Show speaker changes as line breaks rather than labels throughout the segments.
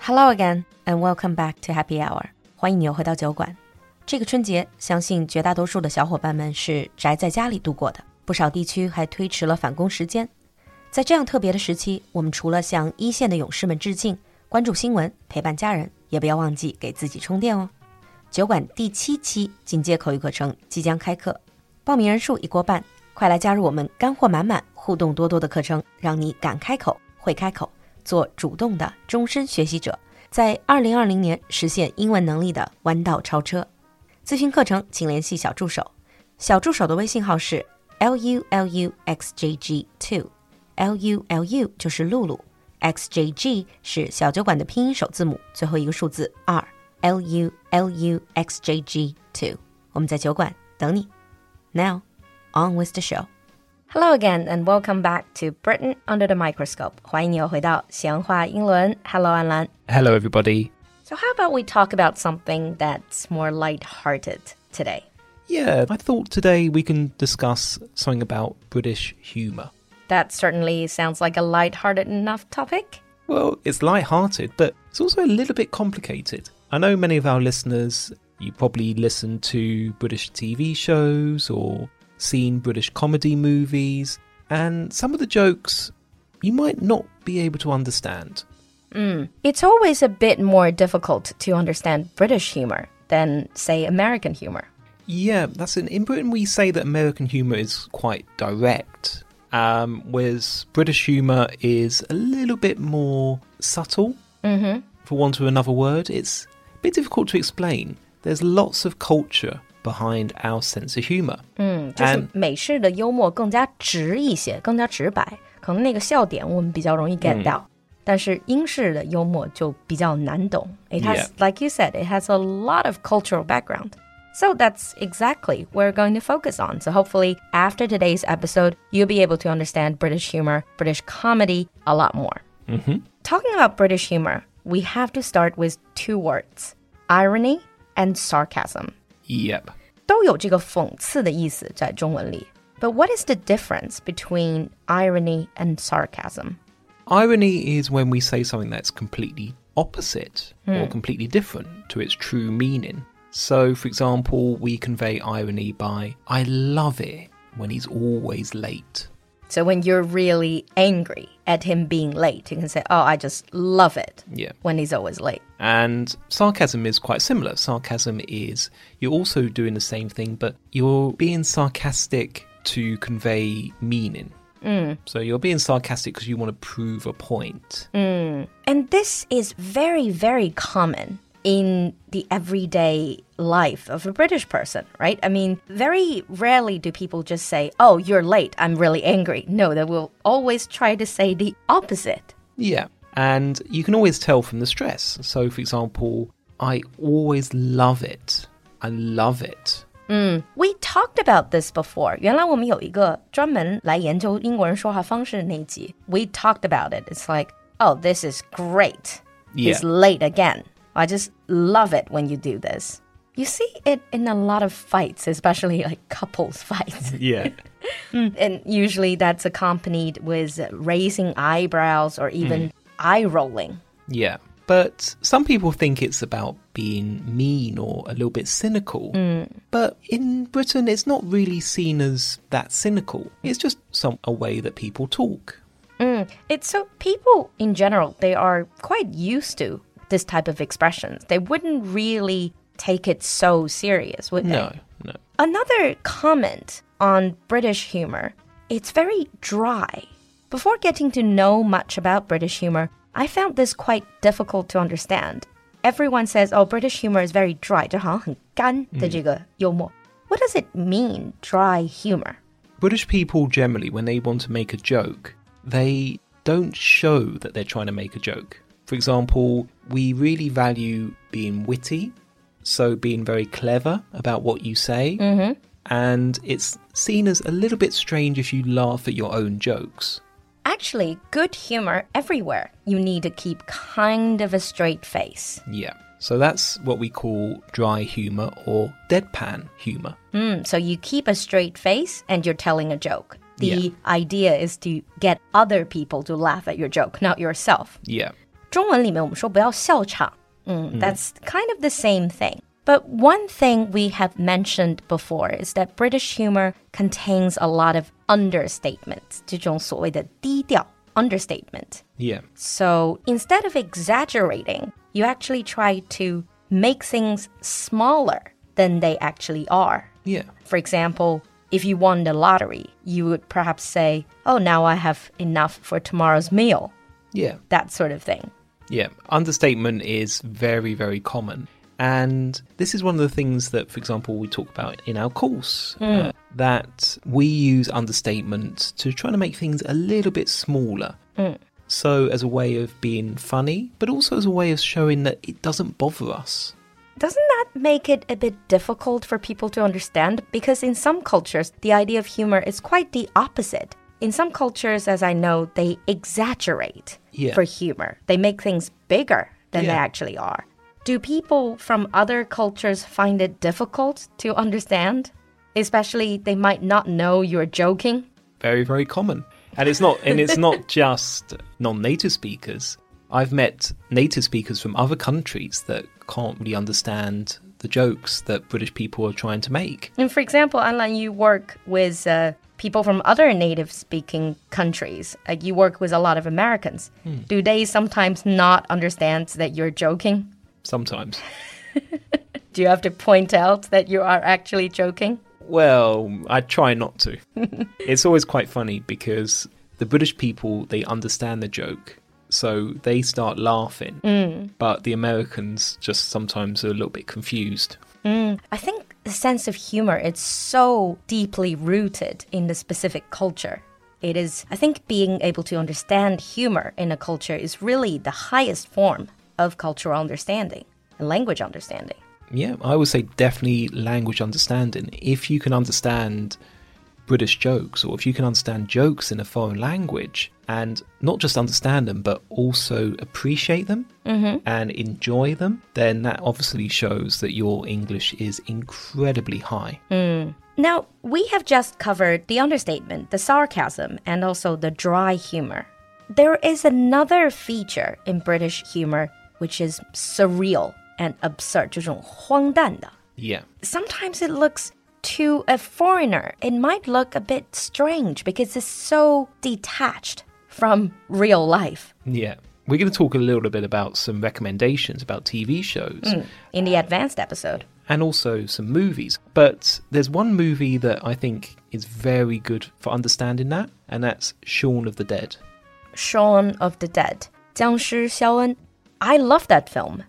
Hello again and welcome back to Happy Hour，欢迎你又回到酒馆。这个春节，相信绝大多数的小伙伴们是宅在家里度过的，不少地区还推迟了返工时间。在这样特别的时期，我们除了向一线的勇士们致敬，关注新闻，陪伴家人，也不要忘记给自己充电哦。酒馆第七期进阶口语课程即将开课，报名人数已过半，快来加入我们干货满满、互动多多的课程，让你敢开口、会开口，做主动的终身学习者，在二零二零年实现英文能力的弯道超车。咨询课程请联系小助手，小助手的微信号是 l u l u x j g two。L U L U 就是露露，X J G 是小酒馆的拼音首字母，最后一个数字二，L U L U X J G two。我们在酒馆等你。Now, on with the show. Hello again and welcome back to Britain under the microscope. 欢迎你又回到闲话英伦。Hello，安澜。
Hello, everybody.
So how about we talk about something that's more light-hearted today?
Yeah, I thought today we can discuss something about British humour.
That certainly sounds like a light-hearted enough topic.
Well, it's light-hearted, but it's also a little bit complicated. I know many of our listeners, you probably listen to British TV shows or seen British comedy movies, and some of the jokes you might not be able to understand.
It's always a bit more difficult to understand British humor than, say, American humor.
Yeah, that's in, in Britain we say that American humour is quite direct, um, whereas British humour is a little bit more subtle.
Mm-hmm.
For want of another word, it's a bit difficult to explain. There's lots of culture behind our sense of humour.
嗯，就是
嗯
美式的幽默更加直一些，更加直白，可能那个笑点我们比较容易 get 到，但是英式的幽默就比较难懂。It has, like you said, it has a lot of cultural background. So that's exactly what we're going to focus on. So hopefully, after today's episode, you'll be able to understand British humor, British comedy a lot more.
Mm-hmm.
Talking about British humor, we have to start with two words irony and sarcasm.
Yep.
都有这个讽刺的意思在中文里。But what is the difference between irony and sarcasm?
Irony is when we say something that's completely opposite or completely different to its true meaning. So, for example, we convey irony by, I love it when he's always late.
So when you're really angry at him being late, you can say, "Oh, I just love it
Yeah.
when he's always late."
And sarcasm is quite similar. Sarcasm is you're also doing the same thing, but you're being sarcastic to convey meaning. So you're being sarcastic because you want to prove a point.
And this is very, very common in the everyday life of a British person, right? I mean, very rarely do people just say, "Oh, you're late. I'm really angry." No, they will always try to say the opposite.
Yeah. And you can always tell from the stress. So, for example, I always love it. I love it.
We talked about this before. 原来我们有一个专门来研究英国人说话方式的那一集。We talked about it. It's like, oh, this is great. It's
Yeah.
late again. I just love it when you do this. You see it in a lot of fights, especially like couples fights.
Yeah.
And usually that's accompanied with raising eyebrows or even eye rolling.
Yeah. But some people think it's about being mean or a little bit cynical. But in Britain, it's not really seen as that cynical. It's just some a way that people talk.
It's so people in general, they are quite used to this type of expressions. They wouldn't really take it so serious, would
No,
they?
no.
Another comment on British humor, it's very dry. Before getting to know much about British humor, I found this quite difficult to understand. Everyone says, oh, British humor is very dry. 就好像很干的这个幽默。What does it mean, dry humor?
British people generally, when they want to make a joke, they don't show that they're trying to make a joke. For example, we really value being witty, so being very clever about what you say. Mm-hmm. And it's seen as a little bit strange if you laugh at your own jokes.
Actually, good humor everywhere. You need to keep kind of a straight face.
Yeah. So that's what we call dry humour or deadpan humour.
Hmm,
Mm, so you keep a straight face and you're telling a joke. The
Yeah.
idea is to get other people to laugh at your joke, not yourself.
Yeah.
中文里面我们说不要笑场，嗯，that's kind of the same thing. But one thing we have mentioned before is that British humor contains a lot of understatement, 这种所谓的低调 understatement.
Yeah.
So instead of exaggerating, you actually try to make things smaller than they actually are.
Yeah.
For example, if you won the lottery, you would perhaps say, Oh, now I have enough for tomorrow's meal.
Yeah.
That sort of thing.
Yeah, understatement is very, very common. And this is one of the things that, for example, we talk about in our course uh, that we use understatement to try to make things a little bit smaller. So, as a way of being funny, but also as a way of showing that it doesn't bother us.
Doesn't that make it a bit difficult for people to understand? Because in some cultures, the idea of humor is quite the opposite. In some cultures, as I know, they exaggerate
Yeah.
for humor, they make things bigger than they
Yeah.
actually are. Do people from other cultures find it difficult to understand? Especially, they might not know you're joking.
very very common and it's not and it's not just non-native speakers i've met native speakers from other countries that can't really understand the jokes that british people are trying to make
And for example, Alan, you work with uh, people from other native speaking countries. Like you work with a lot of Americans. Do they sometimes not understand that you're joking?
sometimes
Do you have to point out that you are actually joking?
well i try not to it's always quite funny because the british people they understand the joke so they start laughing but the americans just sometimes are a little bit confused
I think the sense of humor is so deeply rooted in the specific culture. It is, I think, being able to understand humor in a culture is really the highest form of cultural understanding and language understanding.
Yeah, I would say definitely language understanding. If you can understand British jokes, or if you can understand jokes in a foreign language, and not just understand them, but also appreciate them and enjoy them, then that obviously shows that your English is incredibly high.
Now, we have just covered the understatement, the sarcasm, and also the dry humor. There is another feature in British humor which is surreal and absurd. 这种荒诞的.
Yeah,
Sometimes it looks to a foreigner, it might look a bit strange because it's so detached from real life.
yeah. We're going to talk a little bit about some recommendations about TV shows.
In the advanced episode,
and also some movies. But there's one movie that I think is very good for understanding that, and that's Shaun of the Dead.
Shaun of the Dead, 僵尸肖恩. I love that film.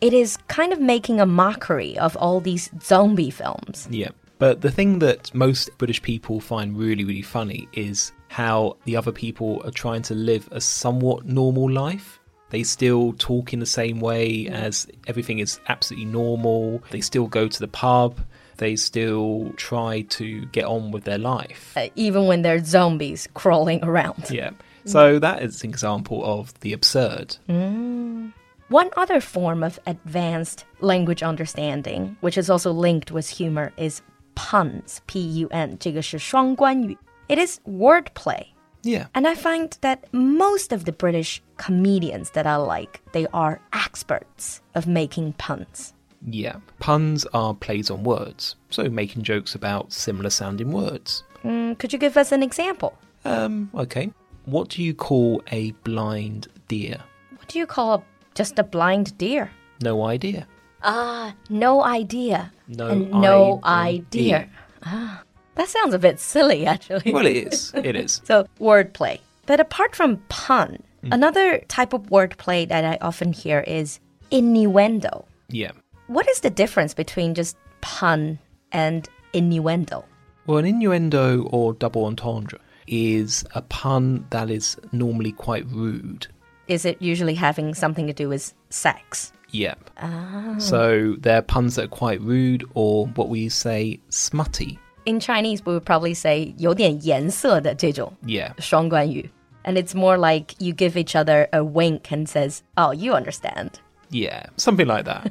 It is kind of making a mockery of all these zombie films.
Yeah. But the thing that most British people find really, really funny is how the other people are trying to live a somewhat normal life. They still talk in the same way as everything is absolutely normal. They still go to the pub. They still try to get on with their life.
uh, even when they're zombies crawling around.
Yeah. So that is an example of the absurd.
One other form of advanced language understanding, which is also linked with humor, is puns. P U N. 这个是双关语. It is wordplay.
Yeah.
And I find that most of the British comedians that I like, they are experts of making puns.
Yeah. Puns are plays on words, so making jokes about similar sounding words.
Mm, could you give us an example?
Um, okay. What do you call a blind deer?
What do you call a, just a blind deer?
No idea.
Ah, no idea.
No
and no
idea.
idea. Ah, that sounds a bit silly, actually.
Well, it is. It is.
So, wordplay. But apart from pun,
Mm.
another type of wordplay that I often hear is innuendo.
Yeah.
What is the difference between just pun and innuendo?
Well, an innuendo or double entendre is a pun that is normally quite rude.
Is it usually having something to do with sex?
Yep. Ah. So they're puns that are quite rude or what we say smutty.
In Chinese, we would probably say 有点颜色的这种
Yeah.
双关语. And it's more like you give each other a wink and says, oh, you understand.
Yeah. Something like that.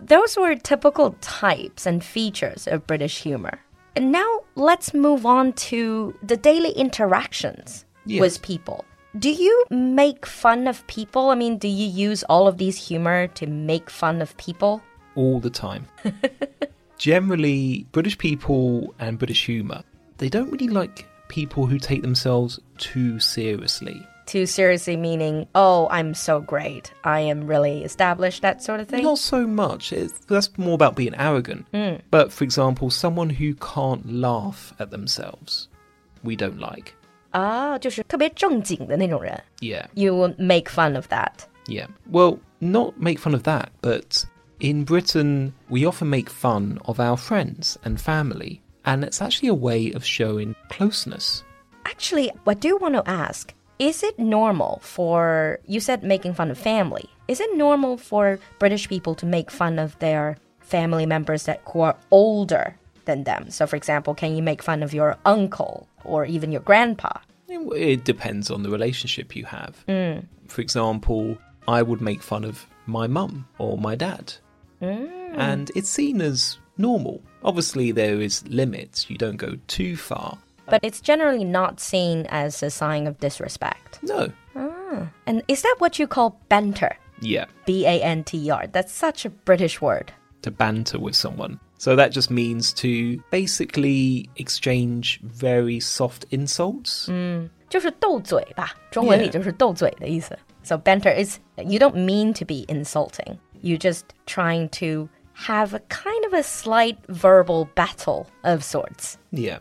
Those were typical types and features of British humor. And now let's move on to the daily interactions
Yes.
with people. Do you make fun of people? I mean, do you use all of these humor to make fun of people?
all the time. Generally, British people and British humour, they don't really like people who take themselves too seriously.
Too seriously, meaning, oh, I'm so great. I am really established, that sort of thing.
Not so much. It's, that's more about being arrogant. But for example, someone who can't laugh at themselves, we don't like.
啊，就是特别正经的那种人。
Yeah,
You will Ah, make fun of that.
yeah. Well, not make fun of that, but in Britain, we often make fun of our friends and family, and it's actually a way of showing closeness.
Actually, I do want to ask is it normal for, you said making fun of family, is it normal for British people to make fun of their family members that who are older than them? So, for example, can you make fun of your uncle or even your grandpa?
It depends on the relationship you have. For example, I would make fun of my mum or my dad. And it's seen as normal. Obviously, there is limits. You don't go too far.
But it's generally not seen as a sign of disrespect.
No.
And is that what you call banter?
Yeah,
B A N T E R. That's such a British word.
to banter with someone. So that just means to basically exchange very soft insults.
就是斗嘴吧，中文里就是斗嘴的意思。So banter is you don't mean to be insulting. You just trying to have a kind of a slight verbal battle of sorts.
Yeah.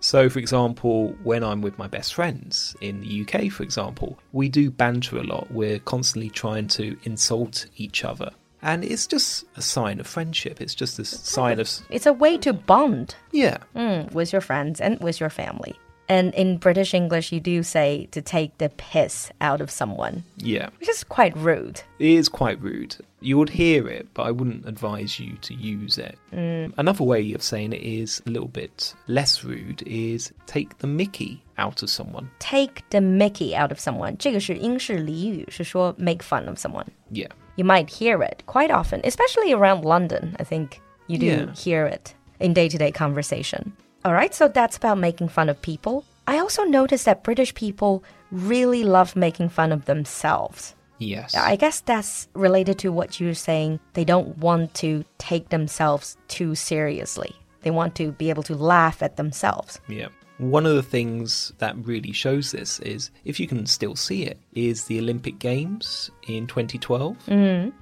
So, for example, when I'm with my best friends in the UK, for example, we do banter a lot. We're constantly trying to insult each other. And it's just a sign of friendship. It's just a s- sign of, s-
It's a way to bond
yeah,
mm, with your friends and with your family. And in British English, you do say to take the piss out of someone,
yeah.
which is quite rude.
It is quite rude. You would hear it, but I wouldn't advise you to use it. Another way of saying it is a little bit less rude is take the mickey out of someone.
Take the Mickey out of someone. 这个是英式俚语，是说 make fun of someone.
Yeah.
you might hear it quite often, especially around London. I think you do
Yeah.
hear it in day to day conversation. All right, so that's about making fun of people. I also noticed that British people really love making fun of themselves.
Yes.
I guess that's related to what you're saying. They don't want to take themselves too seriously, they want to be able to laugh at themselves.
Yeah. One of the things that really shows this is, if you can still see it, is the Olympic Games in 2012 and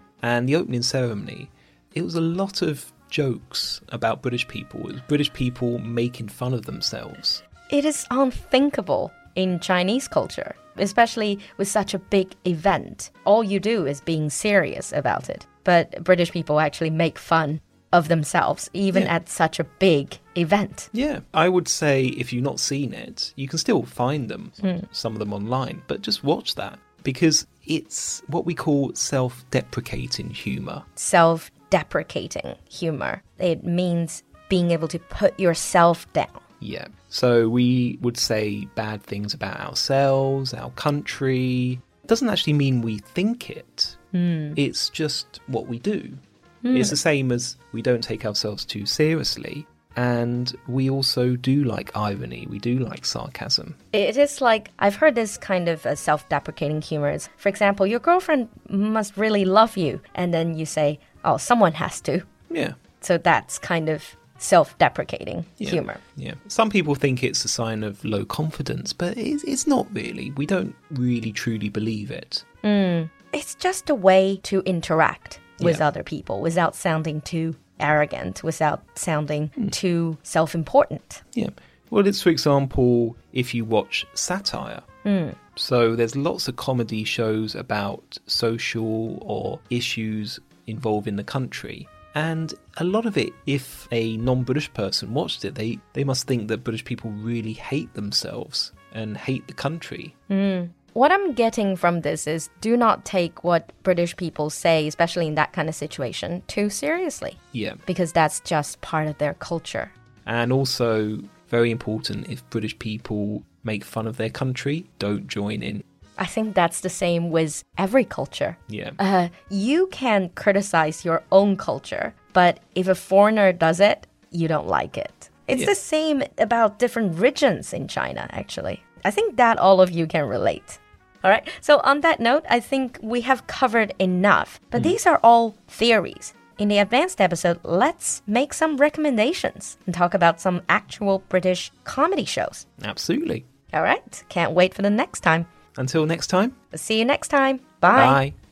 the opening ceremony. It was a lot of jokes about British people. It was British people making fun of themselves.
It is unthinkable in Chinese culture, especially with such a big event. All you do is being serious about it. But British people actually make fun of themselves, even
Yeah.
at such a big event.
Yeah, I would say if you've not seen it, you can still find them, some of them online, but just watch that because it's what we call self deprecating humour.
Self deprecating humor. It means being able to put yourself down.
Yeah. So we would say bad things about ourselves, our country. It doesn't actually mean we think it, it's just what we do. It's the same as we don't take ourselves too seriously. And we also do like irony, we do like sarcasm.
It is like I've heard this kind of uh, self-deprecating humor. It's, for example, your girlfriend must really love you, and then you say, "Oh, someone has to."
Yeah.
So that's kind of self deprecating
yeah.
humor.
Yeah. Some people think it's a sign of low confidence, but it's, it's not really. We don't really truly believe it.
It's just a way to interact with
Yeah.
other people without sounding too arrogant, without sounding
Hmm.
too self important.
Yeah. Well, it's, for example, if you watch satire. So there's lots of comedy shows about social or issues involving the country. And a lot of it, if a non British person watched it, they, they must think that British people really hate themselves and hate the country.
Hmm. What I'm getting from this is do not take what British people say, especially in that kind of situation, too seriously,
Yeah.
because that's just part of their culture.
And also, very important if British people make fun of their country, don't join in.
I think that's the same with every culture.
Yeah.
uh, you can criticize your own culture, but if a foreigner does it, you don't like it. It's
Yeah.
the same about different regions in China, actually. I think that all of you can relate. All right. So, on that note, I think we have covered enough.
Mm.
But these are all theories. In the advanced episode, let's make some recommendations and talk about some actual British comedy shows.
Absolutely.
All right. Can't wait for the next time.
Until next time.
See you next time.
Bye.